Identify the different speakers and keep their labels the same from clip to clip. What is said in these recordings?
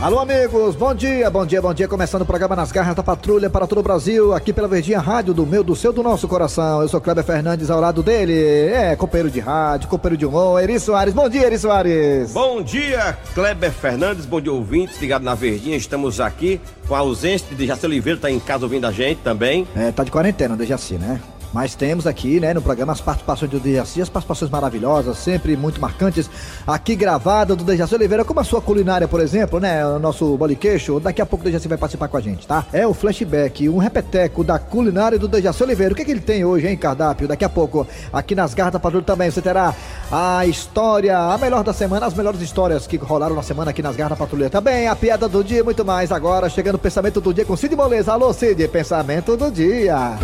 Speaker 1: Alô, amigos, bom dia, bom dia, bom dia. Começando o programa Nas Garras da Patrulha para todo o Brasil, aqui pela Verdinha Rádio do meu, do seu, do nosso coração. Eu sou Kleber Fernandes, ao lado dele, é, companheiro de rádio, companheiro de humor, Eri Soares. Bom dia, Eri Soares.
Speaker 2: Bom dia, Kleber Fernandes, bom dia, ouvintes, ligado na Verdinha. Estamos aqui com a ausência de Jaci Oliveira, tá em casa ouvindo a gente também.
Speaker 1: É, tá de quarentena, desde assim, né? Mas temos aqui, né, no programa as participações do Dejaci, as participações maravilhosas, sempre muito marcantes, aqui gravada do Dejaci Oliveira, como a sua culinária, por exemplo, né, o nosso boliqueixo, daqui a pouco o Dejaci vai participar com a gente, tá? É o flashback, um repeteco da culinária do Dejaci Oliveira. O que é que ele tem hoje, hein, cardápio? Daqui a pouco, aqui nas Garras da Patrulha também, você terá a história, a melhor da semana, as melhores histórias que rolaram na semana aqui nas Garras da Patrulha também, a piada do dia e muito mais agora, chegando o Pensamento do Dia com Cid Moleza. Alô, Cid, Pensamento do Dia.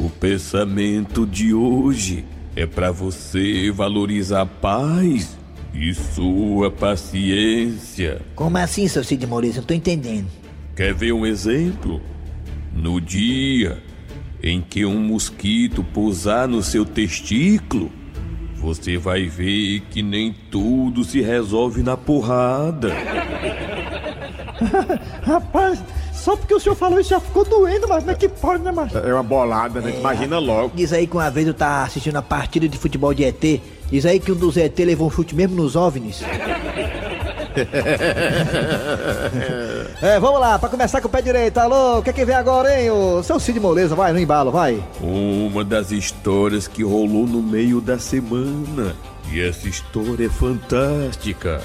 Speaker 3: O pensamento de hoje é para você valorizar a paz e sua paciência.
Speaker 4: Como assim, seu Cid Maurício? Eu tô entendendo.
Speaker 3: Quer ver um exemplo? No dia em que um mosquito pousar no seu testículo, você vai ver que nem tudo se resolve na porrada.
Speaker 5: Rapaz, só porque o senhor falou isso já ficou doendo, mas não é que pode, né, macho?
Speaker 6: É uma bolada, né? Imagina logo.
Speaker 4: Diz aí que uma vez eu tava assistindo a partida de futebol de ET. Diz aí que um dos ET levou um chute mesmo nos OVNIs.
Speaker 1: É, vamos lá, pra começar com o pé direito, alô, o que é que vem agora, hein? O seu Cid Moleza, vai, no embalo, vai.
Speaker 3: Uma das histórias que rolou no meio da semana. E essa história é fantástica.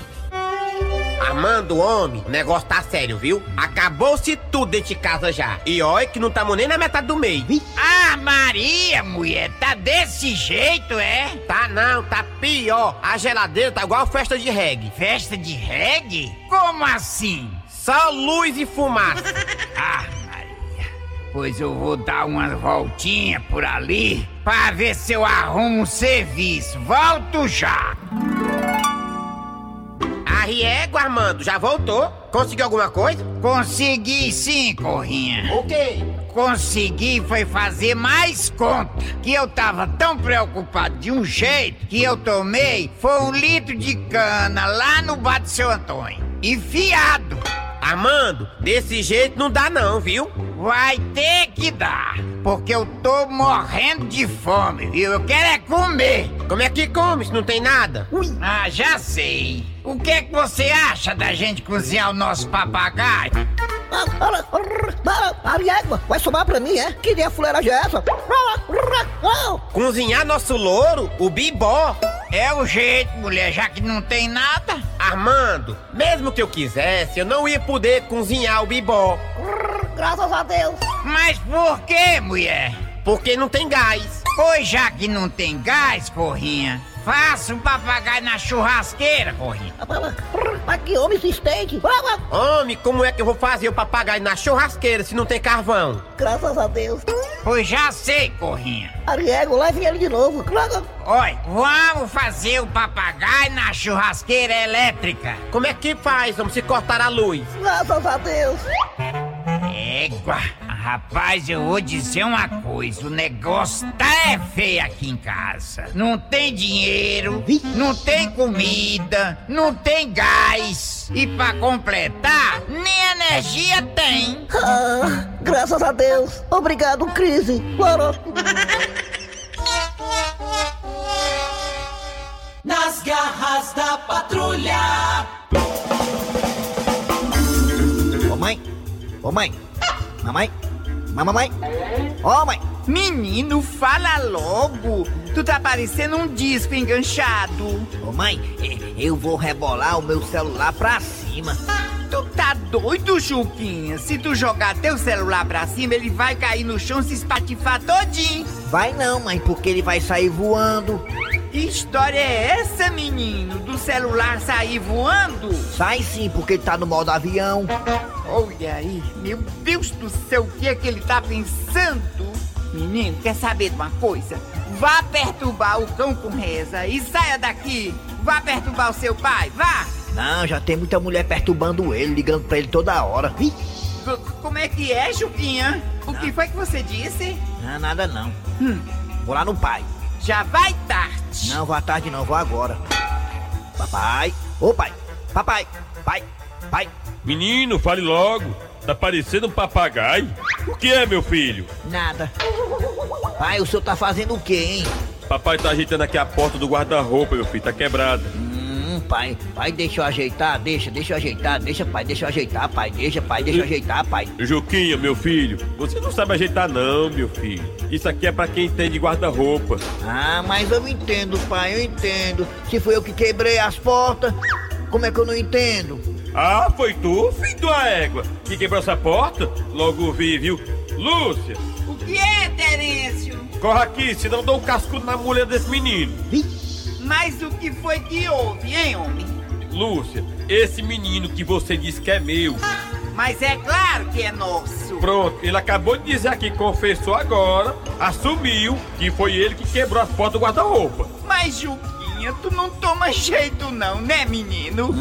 Speaker 7: Armando, homem, o negócio tá sério, viu? Acabou-se tudo dentro de casa já. E olha que não tamo nem na metade do mês.
Speaker 8: Ah, Maria, mulher, tá desse jeito, é?
Speaker 7: Tá não, tá pior. A geladeira tá igual festa de reggae.
Speaker 8: Festa de reggae? Como assim?
Speaker 7: Só luz e fumaça.
Speaker 8: Ah, Maria, pois eu vou dar uma voltinha por ali pra ver se eu arrumo um serviço. Volto já.
Speaker 7: A Riego, Armando, já voltou? Conseguiu alguma coisa?
Speaker 8: Consegui sim, Corrinha.
Speaker 7: Ok.
Speaker 8: Consegui foi fazer mais conta. Que eu tava tão preocupado de um jeito que eu tomei foi um litro de cana lá no bar do seu Antônio. E fiado.
Speaker 7: Armando, desse jeito não dá não, viu?
Speaker 8: Vai ter que dar. Porque eu tô morrendo de fome, viu? Eu quero é comer.
Speaker 7: Como é que come se não tem nada?
Speaker 8: Ah, já sei. O que é que você acha da gente cozinhar o nosso papagaio?
Speaker 9: A égua, vai sobrar pra mim, é? Que nem a fuleiragem é essa?
Speaker 7: Cozinhar nosso louro, o bibó.
Speaker 8: É o jeito, mulher, já que não tem nada.
Speaker 7: Armando, mesmo que eu quisesse, eu não ia poder cozinhar o bibó.
Speaker 9: Graças a Deus.
Speaker 8: Mas por que, mulher?
Speaker 7: Porque não tem gás.
Speaker 8: Pois já que não tem gás, Corrinha, faça um papagaio na churrasqueira, Corrinha.
Speaker 9: Mas que homem insistente.
Speaker 7: Homem, como é que eu vou fazer o papagaio na churrasqueira se não tem carvão?
Speaker 9: Graças a Deus.
Speaker 8: Pois já sei, Corrinha.
Speaker 9: Ariego, leve ele de novo.
Speaker 8: Olha, vamos fazer o papagaio na churrasqueira elétrica.
Speaker 7: Como é que faz? Vamos se cortar a luz.
Speaker 9: Graças a Deus.
Speaker 8: Égua, rapaz, eu vou dizer uma coisa: o negócio tá é feio aqui em casa. Não tem dinheiro, não tem comida, não tem gás. E pra completar, nem energia tem.
Speaker 9: Ah, graças a Deus. Obrigado, crise. Claro.
Speaker 10: Nas garras da patrulha.
Speaker 4: Ô mãe, ô mãe, mamãe, mamãe, ô mãe.
Speaker 11: Menino, fala logo! Tu tá parecendo um disco enganchado.
Speaker 4: Ô mãe, eh, eu vou rebolar o meu celular pra cima.
Speaker 11: Tu tá doido, Juquinha? Se tu jogar teu celular pra cima, ele vai cair no chão e se espatifar todinho.
Speaker 4: Vai não, mãe, porque ele vai sair voando.
Speaker 11: Que história é essa, menino? Do celular sair voando?
Speaker 4: Sai sim, porque ele tá no modo avião.
Speaker 11: Olha aí, meu Deus do céu, o que é que ele tá pensando? Menino, quer saber de uma coisa? Vá perturbar o cão com reza e saia daqui. Vá perturbar o seu pai, vá!
Speaker 4: Não, já tem muita mulher perturbando ele, ligando pra ele toda hora. Ih,
Speaker 11: Co- Como é que é, Juquinha? O que foi que você disse?
Speaker 4: Não, Ah. nada não.
Speaker 11: Hum.
Speaker 4: Vou lá no pai.
Speaker 11: Já vai tarde.
Speaker 4: Não, vou à tarde não, vou agora. Papai, ô oh, pai, papai, pai, pai.
Speaker 12: Menino, fale logo. Tá parecendo um papagaio. O que é, meu filho?
Speaker 4: Nada. Pai, o senhor tá fazendo o quê, hein?
Speaker 12: Papai tá ajeitando aqui a porta do guarda-roupa, meu filho. Tá quebrada.
Speaker 4: Hum, pai, pai, deixa eu ajeitar, deixa, deixa eu ajeitar, deixa, pai, deixa eu ajeitar, pai, deixa, pai, deixa eu ajeitar, pai.
Speaker 12: Juquinha, meu filho, você não sabe ajeitar não, meu filho. Isso aqui é pra quem entende guarda-roupa.
Speaker 4: Ah, mas eu entendo, pai, eu entendo. Se foi eu que quebrei as portas, como é que eu não entendo?
Speaker 12: Ah, foi tu, filho da égua, que quebrou essa porta? Logo vi, viu? Lúcia!
Speaker 11: O que é, Terêncio?
Speaker 12: Corre aqui, senão dou um cascudo na mulher desse menino.
Speaker 11: Mas o que foi que houve, hein, homem?
Speaker 12: Lúcia, esse menino que você disse que é meu.
Speaker 11: Mas é claro que é nosso.
Speaker 12: Pronto, ele acabou de dizer aqui, confessou agora, assumiu que foi ele que quebrou as portas do guarda-roupa.
Speaker 11: Mas, Juquinha, tu não toma jeito não, né, menino?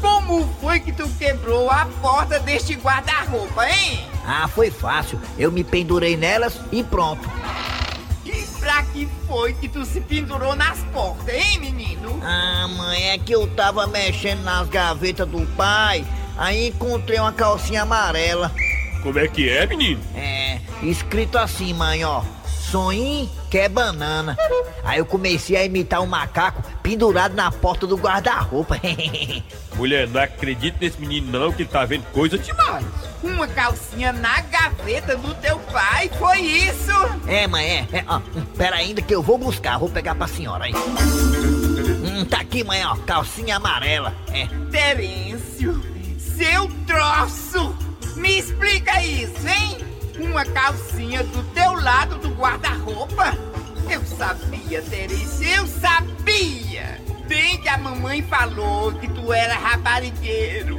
Speaker 11: Como foi que tu quebrou a porta deste guarda-roupa, hein?
Speaker 4: Ah, foi fácil. Eu me pendurei nelas e pronto.
Speaker 11: E pra que foi que tu se pendurou nas portas, hein, menino?
Speaker 4: Ah, mãe, é que eu tava mexendo nas gavetas do pai, aí encontrei uma calcinha amarela.
Speaker 12: Como é que é, menino?
Speaker 4: É, escrito assim, mãe, ó. Sonhim quer banana. Aí eu comecei a imitar um macaco pendurado na porta do guarda-roupa.
Speaker 12: Mulher, não acredito nesse menino não, que ele tá vendo coisa demais.
Speaker 11: Uma calcinha na gaveta do teu pai, foi isso?
Speaker 4: É, mãe, é. é ó, pera ainda que eu vou buscar, vou pegar pra senhora aí. Hum, tá aqui, mãe, ó, calcinha amarela. É.
Speaker 11: Terêncio, seu troço! Me explica isso, hein? Uma calcinha do teu lado do guarda-roupa? Eu sabia, Terêncio, eu sabia! Bem que a mamãe falou que tu era raparigueiro.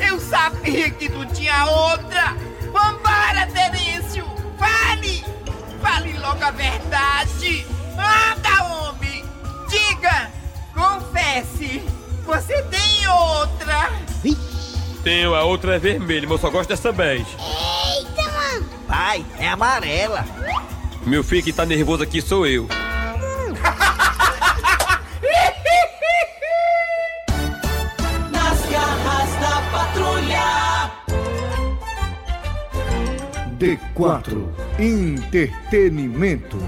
Speaker 11: Eu sabia que tu tinha outra! Vambora, Terêncio! Fale! Fale logo a verdade! Anda, homem! Diga! Confesse! Você tem outra!
Speaker 12: Tenho, a outra é vermelha, mas eu só gosto dessa bege.
Speaker 4: Pai, é amarela.
Speaker 12: Meu filho que tá nervoso aqui sou eu.
Speaker 10: Nas garras da patrulha.
Speaker 3: D4 Entretenimento.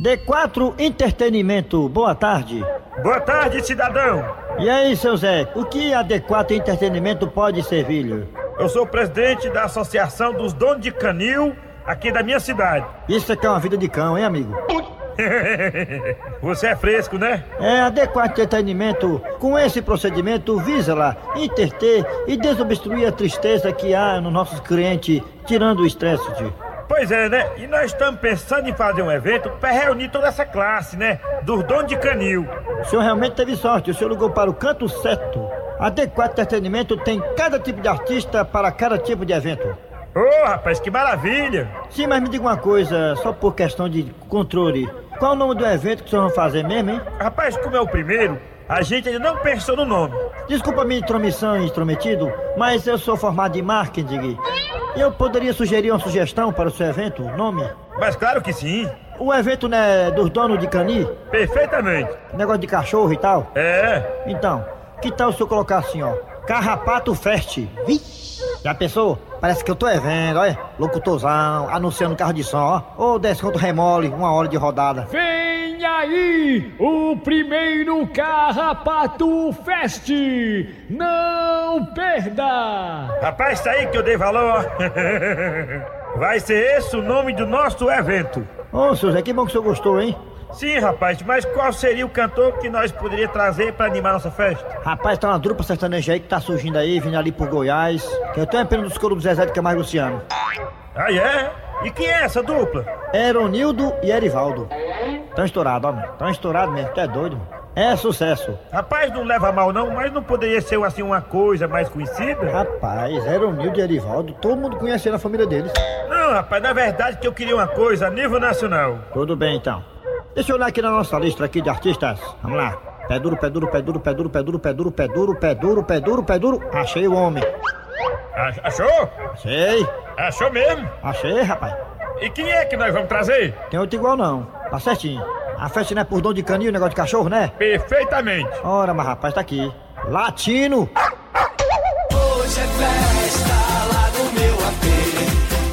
Speaker 13: D4 Entretenimento, boa tarde.
Speaker 14: Boa tarde, cidadão.
Speaker 13: E aí, seu Zé, o que a D4 Entretenimento pode servir-lhe?
Speaker 14: Eu sou o presidente da Associação dos Donos de Canil aqui da minha cidade.
Speaker 13: Isso aqui é uma vida de cão, hein, amigo?
Speaker 14: Você é fresco, né?
Speaker 13: É adequado entretenimento. Com esse procedimento, visa lá interter e desobstruir a tristeza que há nos nossos clientes, tirando o estresse de.
Speaker 14: Pois é, né? E nós estamos pensando em fazer um evento para reunir toda essa classe, né? Dos donos de canil.
Speaker 13: O senhor realmente teve sorte, o senhor ligou para o canto certo. Adequado entretenimento tem cada tipo de artista para cada tipo de evento.
Speaker 14: Ô, rapaz, que maravilha!
Speaker 13: Sim, mas me diga uma coisa, só por questão de controle. Qual o nome do evento que vocês vão fazer mesmo, hein?
Speaker 14: Rapaz, como é o primeiro, a gente ainda não pensou no nome.
Speaker 13: Desculpa a minha intromissão e intrometido, mas eu sou formado em marketing. Eu poderia sugerir uma sugestão para o seu evento, nome?
Speaker 14: Mas claro que sim.
Speaker 13: O evento, né, dos donos de cani?
Speaker 14: Perfeitamente.
Speaker 13: Negócio de cachorro e tal?
Speaker 14: É.
Speaker 13: Então, que tal se eu colocar assim, ó? Carrapato Fest. Vi? Já pensou? Parece que eu tô evento, olha. Locutorzão, anunciando carro de som, ó. Ou desconto remole, uma hora de rodada.
Speaker 15: Vem aí o primeiro Carrapato Fest! Não perda!
Speaker 14: Rapaz, isso aí que eu dei valor. Vai ser esse o nome do nosso evento.
Speaker 13: Ô, seu Zé, que bom que o senhor gostou, hein?
Speaker 14: Sim, rapaz, mas qual seria o cantor que nós poderíamos trazer para animar nossa festa?
Speaker 13: Rapaz, tá uma dupla sertaneja aí que tá surgindo aí, vindo ali por Goiás. Eu tenho apenas dos coros do Zezé de Camargo Luciano.
Speaker 14: Ah, é? E quem é essa dupla?
Speaker 13: Eronildo e Erivaldo. Tão estourado, homem. Tão estourado mesmo, tu é doido. mano. É sucesso.
Speaker 14: Rapaz, não leva a mal não, mas não poderia ser assim uma coisa mais conhecida?
Speaker 13: Rapaz, Eronildo e Erivaldo, todo mundo conhece na família deles.
Speaker 14: Não, rapaz, na verdade que eu queria uma coisa a nível nacional.
Speaker 13: Tudo bem então. Deixa eu olhar aqui na nossa lista aqui de artistas. Vamos lá. Pé duro, pé duro, pé duro, pé duro, pé duro, pé duro, pé duro, pé duro, pé duro, pé duro. Achei o homem.
Speaker 14: Ach- Achou?
Speaker 13: Achei.
Speaker 14: Achou mesmo?
Speaker 13: Achei, rapaz.
Speaker 14: E quem é que nós vamos trazer?
Speaker 13: Tem outro igual não. Tá certinho. A festa não é por dono de canil, negócio de cachorro, né?
Speaker 14: Perfeitamente.
Speaker 13: Ora, mas rapaz, tá aqui. Latino!
Speaker 10: Hoje é festa lá no meu AP.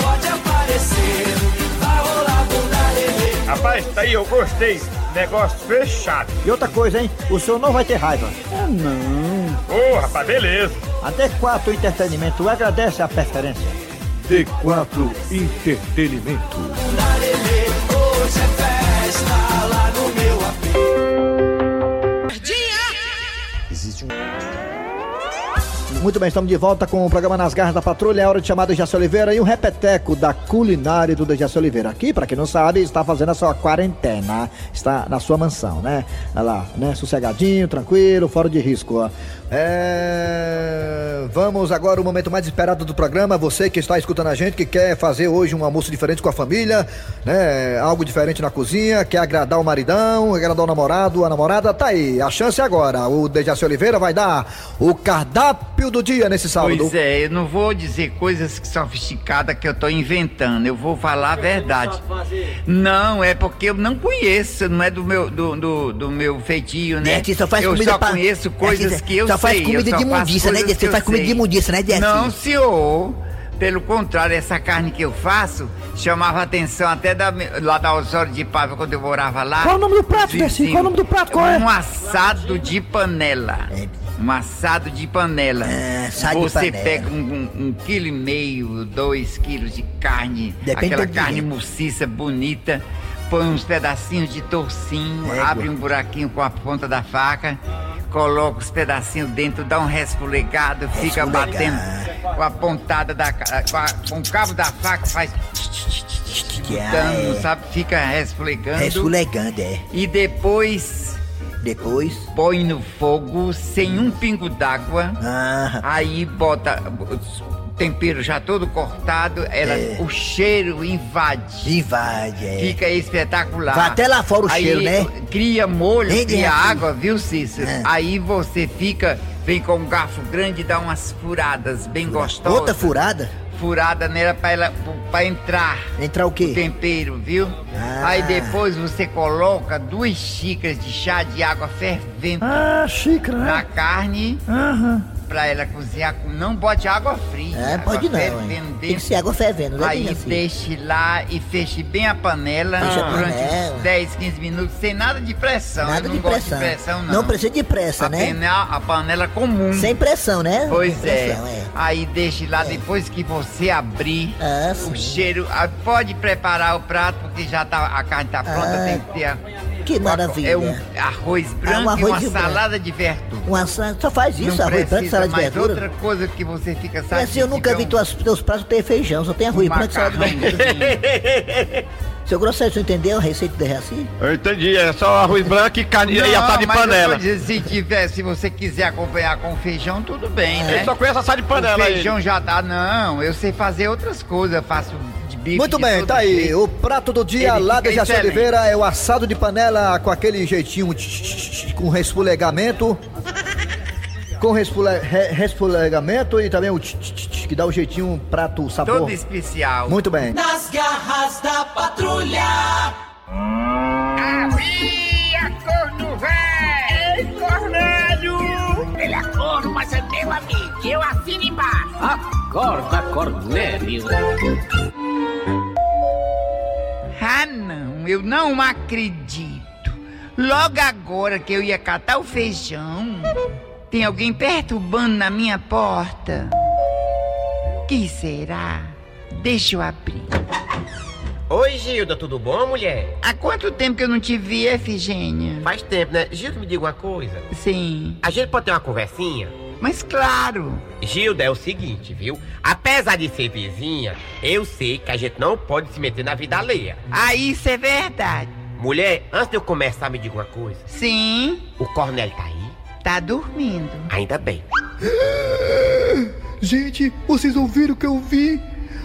Speaker 10: Pode aparecer, vai rolar bunda lelê.
Speaker 14: Rapaz, tá aí, eu gostei. Negócio fechado.
Speaker 13: E outra coisa, hein? O senhor não vai ter raiva.
Speaker 5: Ah, não.
Speaker 14: Ô, rapaz, beleza.
Speaker 13: Adequato Entretenimento agradece a preferência.
Speaker 3: D4 Entretenimento.
Speaker 10: Bunda lelê, hoje é festa lá no meu AP.
Speaker 3: Existe um.
Speaker 1: Muito bem, estamos de volta com o programa Nas Garras da Patrulha, é hora de chamar do Jaci Oliveira e o repeteco da culinária do Jaci Oliveira. Aqui, para quem não sabe, está fazendo a sua quarentena, está na sua mansão, né? Olha lá, né? Sossegadinho, tranquilo, fora de risco, ó. É... Vamos agora ao momento mais esperado do programa. Você que está escutando a gente, que quer fazer hoje um almoço diferente com a família, né? Algo diferente na cozinha, quer agradar o maridão, agradar o namorado, a namorada, tá aí. A chance é agora. O Dejaci Oliveira vai dar o cardápio do dia nesse sábado.
Speaker 9: Pois é, eu não vou dizer coisas que sofisticadas que eu tô inventando, eu vou falar a verdade. Não, é porque eu não conheço, não é do meu, do, do, do meu feitio, né?
Speaker 4: Dete, É, só faz
Speaker 9: eu
Speaker 4: comida
Speaker 9: só
Speaker 4: pra-
Speaker 9: conheço coisas
Speaker 4: Dete,
Speaker 9: que eu
Speaker 4: só faz
Speaker 9: sei.
Speaker 4: comida
Speaker 9: eu
Speaker 4: de
Speaker 9: faço
Speaker 4: imundícia, né, Dete?
Speaker 9: coisas que
Speaker 4: Você
Speaker 9: eu
Speaker 4: faz comida de
Speaker 9: sei.
Speaker 4: imundícia, né, Dete?
Speaker 9: Não, senhor. Pelo contrário, essa carne que eu faço chamava a atenção até da, me- lá da Osório de Paiva, quando eu morava lá.
Speaker 5: Qual o nome do prato, Deci? Qual o nome do prato? Qual é?
Speaker 9: Um assado de panela. Um assado de panela.
Speaker 4: É, assado de
Speaker 9: Você
Speaker 4: panela.
Speaker 9: pega um, um- um quilo e meio, dois quilos de carne,
Speaker 4: Depende
Speaker 9: aquela
Speaker 4: do
Speaker 9: carne
Speaker 4: dia.
Speaker 9: maciça, bonita. Põe uns pedacinhos de toucinho,
Speaker 4: É,
Speaker 9: abre um buraquinho com a ponta da faca, coloca os pedacinhos dentro, dá um resfolegado, fica
Speaker 4: Resfolegado.
Speaker 9: batendo com a pontada da ca- com, a- com o cabo da faca, faz
Speaker 4: Que é-
Speaker 9: dando, sabe? Fica resfolegando.
Speaker 4: Resfolegando, é.
Speaker 9: E depois.
Speaker 4: Depois?
Speaker 9: Põe no fogo sem um pingo d'água.
Speaker 4: Ah.
Speaker 9: Aí bota o tempero já todo cortado. Ela, O cheiro invade.
Speaker 4: É. Invade, é.
Speaker 9: Fica espetacular.
Speaker 4: Vai até lá fora o
Speaker 9: Aí
Speaker 4: cheiro, né?
Speaker 9: Cria molho,
Speaker 4: Nem de Ah.
Speaker 9: cria
Speaker 4: refri.
Speaker 9: água, viu, Cícero? Aí você fica, vem com um garfo grande e dá umas furadas bem gostosas.
Speaker 4: Outra furada?
Speaker 9: Furada nela pra, ela, pra entrar.
Speaker 4: Entrar o quê?
Speaker 9: O tempero, viu?
Speaker 4: Ah.
Speaker 9: Aí depois você coloca duas xícaras de chá de água fervente
Speaker 5: Ah, xícara, né?
Speaker 9: na carne
Speaker 5: Aham.
Speaker 9: pra ela cozinhar. com- Não bote água fria.
Speaker 4: É,
Speaker 9: água
Speaker 4: pode não,
Speaker 9: fervendo
Speaker 4: hein? Tem
Speaker 9: dentro.
Speaker 4: que ser água fervendo, né?
Speaker 9: Aí deixe lá e feche bem a panela
Speaker 4: Fecha a
Speaker 9: durante
Speaker 4: panela.
Speaker 9: uns 10, 15 minutos, sem nada de pressão.
Speaker 4: Nada
Speaker 9: Eu não
Speaker 4: de
Speaker 9: gosto
Speaker 4: pressão.
Speaker 9: de pressão, não.
Speaker 4: Não precisa de pressa,
Speaker 9: a
Speaker 4: né?
Speaker 9: Panela, a panela comum.
Speaker 4: Sem pressão, né?
Speaker 9: Pois
Speaker 4: Sem pressão,
Speaker 9: é. Aí deixe lá depois que você abrir o cheiro. ah, Pode preparar o prato, porque já tá, a carne tá pronta,
Speaker 4: Ah,
Speaker 9: tem que ter. a-
Speaker 4: que
Speaker 9: uma-
Speaker 4: maravilha.
Speaker 9: É um arroz branco
Speaker 4: Ah, um arroz
Speaker 9: e
Speaker 4: de
Speaker 9: uma
Speaker 4: branco.
Speaker 9: salada de verdura.
Speaker 4: Um assado, só faz isso, é
Speaker 9: não
Speaker 4: arroz branco,
Speaker 9: precisa
Speaker 4: salada de
Speaker 9: mais
Speaker 4: verdura.
Speaker 9: outra coisa que você fica um
Speaker 4: Mas
Speaker 9: sabendo.
Speaker 4: assim, eu nunca vi tuas, teus pratos ter feijão, só tem arroz branco e salada de verdura. Seu grosseiro, você entendeu a receita assim? do Reaci?
Speaker 2: Eu entendi, é só arroz branco e carne e assado Tá de
Speaker 9: mas eu
Speaker 2: panela.
Speaker 9: tô dizendo, se, tiver, se você quiser acompanhar com feijão, tudo bem,
Speaker 4: É.
Speaker 2: Eu
Speaker 9: né?
Speaker 2: só conheço assado de panela
Speaker 9: O
Speaker 2: aí.
Speaker 9: feijão já tá. Não, eu sei fazer outras coisas. Eu faço de bife.
Speaker 1: Muito
Speaker 9: de
Speaker 1: bem,
Speaker 9: todo
Speaker 1: tá aí.
Speaker 9: jeito.
Speaker 1: O prato do dia
Speaker 9: Ele
Speaker 1: lá da
Speaker 9: fica
Speaker 1: Jaci
Speaker 9: excelente.
Speaker 1: Oliveira é o assado de panela com aquele jeitinho tch, tch, tch, com resfolegamento. Com respule- re- resfolegamento e também o tch, tch, tch, tch, que dá o jeitinho, um prato, sabor.
Speaker 9: Todo especial.
Speaker 1: Muito bem.
Speaker 10: Nas garras da patrulha.
Speaker 16: Havia corno velho! Ei, Cornélio! Ele é corno, mas é meu amigo. Eu assino embaixo.
Speaker 8: Ah,
Speaker 17: Acorda, Cornélio.
Speaker 9: Ah, não, eu não acredito. Logo agora que eu ia catar o feijão, tem alguém perturbando na minha porta. Que será? Deixa eu abrir.
Speaker 7: Oi, Gilda, tudo bom, mulher?
Speaker 9: Há quanto tempo que eu não te vi, Efigênia?
Speaker 7: Faz tempo, né? Gilda, me diga uma coisa.
Speaker 9: Sim.
Speaker 7: A gente pode ter uma conversinha?
Speaker 9: Mas claro.
Speaker 7: Gilda, é o seguinte, viu? Apesar de ser vizinha, eu sei que a gente não pode se meter na vida alheia.
Speaker 9: Ah, isso é verdade.
Speaker 7: Mulher, antes de eu começar, me diga uma coisa.
Speaker 9: Sim,
Speaker 7: O Cornélio tá aí?
Speaker 9: tá dormindo.
Speaker 7: Ainda bem.
Speaker 18: Gente, vocês ouviram o que eu vi?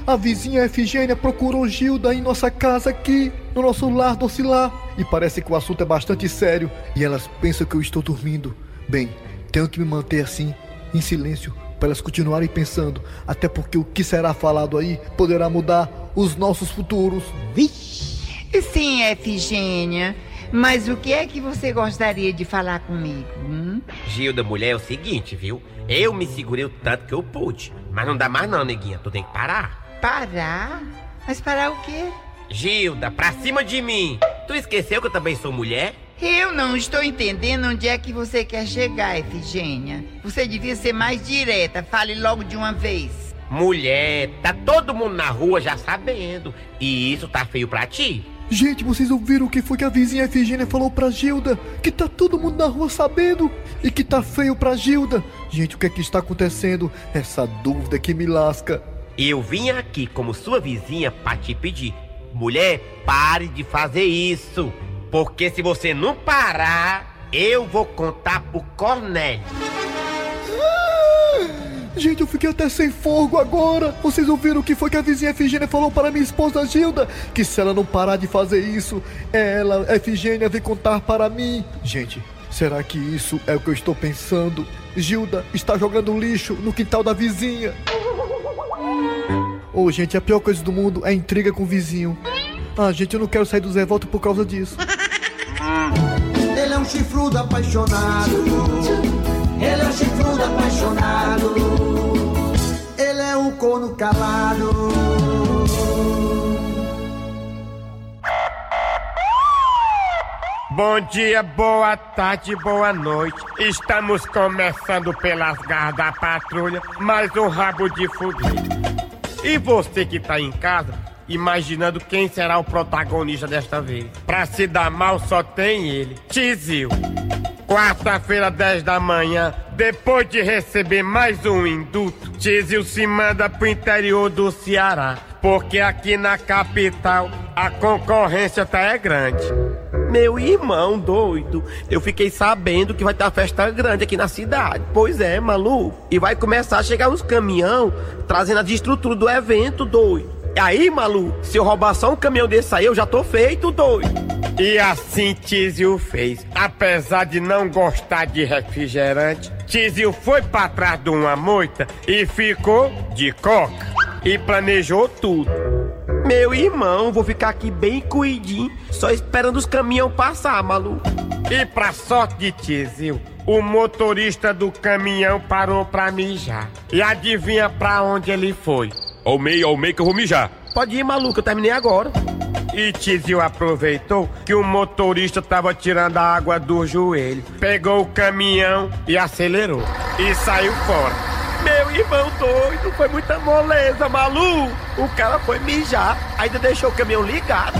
Speaker 18: A vizinha Efigênia procurou Gilda em nossa casa aqui, no nosso lar docilar. E parece que o assunto é bastante sério. E elas pensam que eu estou dormindo. Bem, tenho que me manter assim, em silêncio, para elas continuarem pensando. Até porque o que será falado aí poderá mudar os nossos futuros.
Speaker 9: Sim, Efigênia.
Speaker 11: Mas o que é que você gostaria de falar comigo? Hum?
Speaker 7: Gilda, mulher, é o seguinte, viu? Eu me segurei o tanto que eu pude. Mas não dá mais não, neguinha. Tu tem que parar.
Speaker 11: Parar? Mas parar o quê?
Speaker 7: Gilda, pra cima de mim. Tu esqueceu que eu também sou mulher?
Speaker 11: Eu não estou entendendo onde é que você quer chegar, Efigênia. Você devia ser mais direta. Fale logo de uma vez.
Speaker 7: Mulher, tá todo mundo na rua já sabendo. E isso tá feio pra ti?
Speaker 18: Gente, vocês ouviram o que foi que a vizinha Efigênia falou pra Gilda? Que tá todo mundo na rua sabendo e que tá feio pra Gilda. Gente, o que é que está acontecendo? Essa dúvida que me lasca.
Speaker 7: Eu vim aqui como sua vizinha pra te pedir. Mulher, pare de fazer isso. Porque se você não parar, eu vou contar pro Cornélio.
Speaker 18: Ah! Gente, eu fiquei até sem fogo agora. Vocês ouviram o que foi que a vizinha Efigênia falou para minha esposa Gilda? Que se ela não parar de fazer isso, ela, Efigênia, vem contar para mim. Gente, será que isso é o que eu estou pensando? Gilda está jogando lixo no quintal da vizinha. Ô, gente, a pior coisa do mundo é intriga com o vizinho. Ah, gente, eu não quero sair do Zé Volta por causa disso.
Speaker 10: Ele é um chifrudo apaixonado. Ele é um chifrudo apaixonado. Ele é um corno calado.
Speaker 2: Bom dia, boa tarde, boa noite. Estamos começando pelas garras da patrulha, mais um rabo de fudido. E você que tá em casa, imaginando quem será o protagonista desta vez. Pra se dar mal, só tem ele, Tizil. Quarta-feira, 10 da manhã, depois de receber mais um induto, Tizil se manda pro interior do Ceará. Porque aqui na capital, a concorrência tá é grande.
Speaker 7: Meu irmão doido, eu fiquei sabendo que vai ter uma festa grande aqui na cidade. Pois é, maluco. E vai começar a chegar uns caminhão trazendo a estrutura do evento, doido. E aí, maluco, se eu roubar só um caminhão desse aí, eu já tô feito, doido.
Speaker 2: E assim Tizio fez. Apesar de não gostar de refrigerante, Tizio foi pra trás de uma moita e ficou de coca. E planejou tudo.
Speaker 7: Meu irmão, vou ficar aqui bem cuidinho, só esperando os caminhão passar, maluco.
Speaker 2: E pra sorte de Tizio, o motorista do caminhão parou pra mijar. E adivinha pra onde ele foi?
Speaker 12: Ao meio, ao meio que eu vou mijar.
Speaker 7: Pode ir, maluco, eu terminei agora.
Speaker 2: E Tizio aproveitou que o motorista tava tirando a água do joelho, pegou o caminhão e acelerou. E saiu fora.
Speaker 7: Meu irmão doido, foi muita moleza, maluco. O cara foi mijar, ainda deixou o caminhão ligado.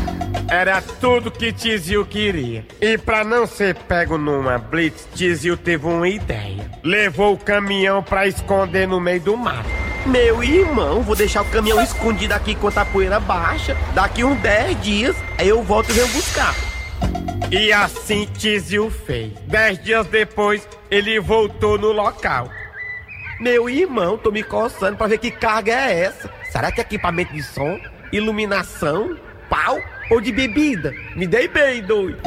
Speaker 2: Era tudo que Tizio queria. E pra não ser pego numa blitz, Tizio teve uma ideia. Levou o caminhão pra esconder no meio do mato.
Speaker 7: Meu irmão, vou deixar o caminhão escondido aqui enquanto a poeira baixa. Daqui uns 10 dias, aí eu volto e venho buscar.
Speaker 2: E assim Tizio fez. Dez dias depois, ele voltou no local.
Speaker 7: Meu irmão, tô me coçando pra ver que carga é essa. Será que é equipamento de som, iluminação, pau ou de bebida? Me dei bem, doido.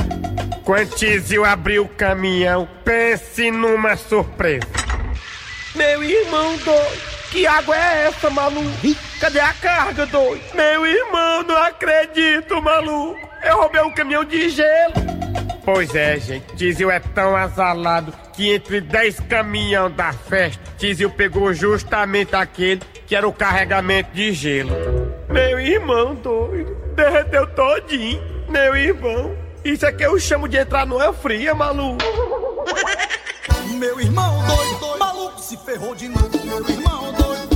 Speaker 2: Quando Tizio abriu o caminhão, pense numa surpresa.
Speaker 7: Meu irmão doido. Que água é essa, maluco? Cadê a carga, doido? Meu irmão, não acredito, maluco. Eu roubei um caminhão de gelo.
Speaker 2: Pois é, gente. Tizio é tão azalado que entre 10 caminhão da festa, Tizio pegou justamente aquele que era o carregamento de gelo.
Speaker 7: Meu irmão, doido. Derreteu todinho. Meu irmão. Isso é que eu chamo de entrar no fria, maluco.
Speaker 10: Meu irmão, doido, doido. Maluco se ferrou de novo. Meu irmão, doido.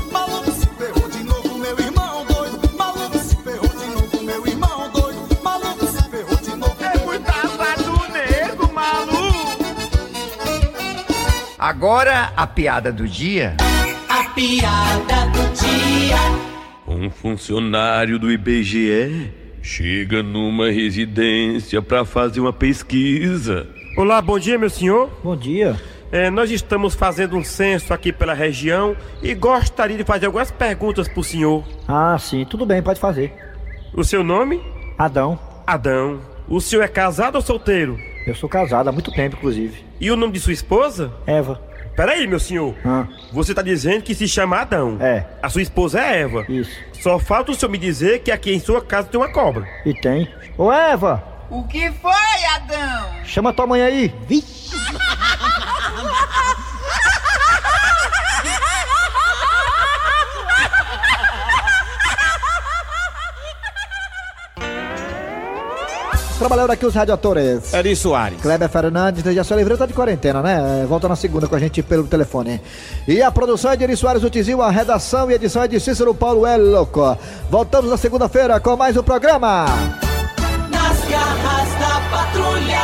Speaker 9: Agora a piada do dia.
Speaker 10: A piada do dia.
Speaker 12: Um funcionário do IBGE chega numa residência para fazer uma pesquisa.
Speaker 14: Olá, bom dia, meu senhor.
Speaker 13: Bom dia.
Speaker 14: É, nós estamos fazendo um censo aqui pela região e gostaria de fazer algumas perguntas para o senhor.
Speaker 13: Ah, sim, tudo bem, pode fazer.
Speaker 14: O seu nome?
Speaker 13: Adão.
Speaker 14: Adão. O senhor é casado ou solteiro?
Speaker 13: Eu sou casado há muito tempo, inclusive.
Speaker 14: E o nome de sua esposa?
Speaker 13: Eva.
Speaker 14: Peraí, meu senhor.
Speaker 13: Ah.
Speaker 14: Você tá dizendo que se chama Adão.
Speaker 13: É.
Speaker 14: A sua esposa é Eva.
Speaker 13: Isso.
Speaker 14: Só falta o senhor me dizer que aqui em sua casa tem uma cobra.
Speaker 13: E tem. Ô, Eva,
Speaker 11: O que foi, Adão?
Speaker 13: Chama tua mãe aí. Vixe.
Speaker 1: Trabalhando aqui os radioatores.
Speaker 19: Eri Soares.
Speaker 1: Kleber Fernandes, Dejaci Oliveira tá de quarentena, né? Volta na segunda com a gente pelo telefone. E a produção é de Eri Soares Utizil, a redação e edição é de Cícero Paulo é louco. Voltamos na segunda-feira com mais um programa.
Speaker 10: Nas garras da patrulha.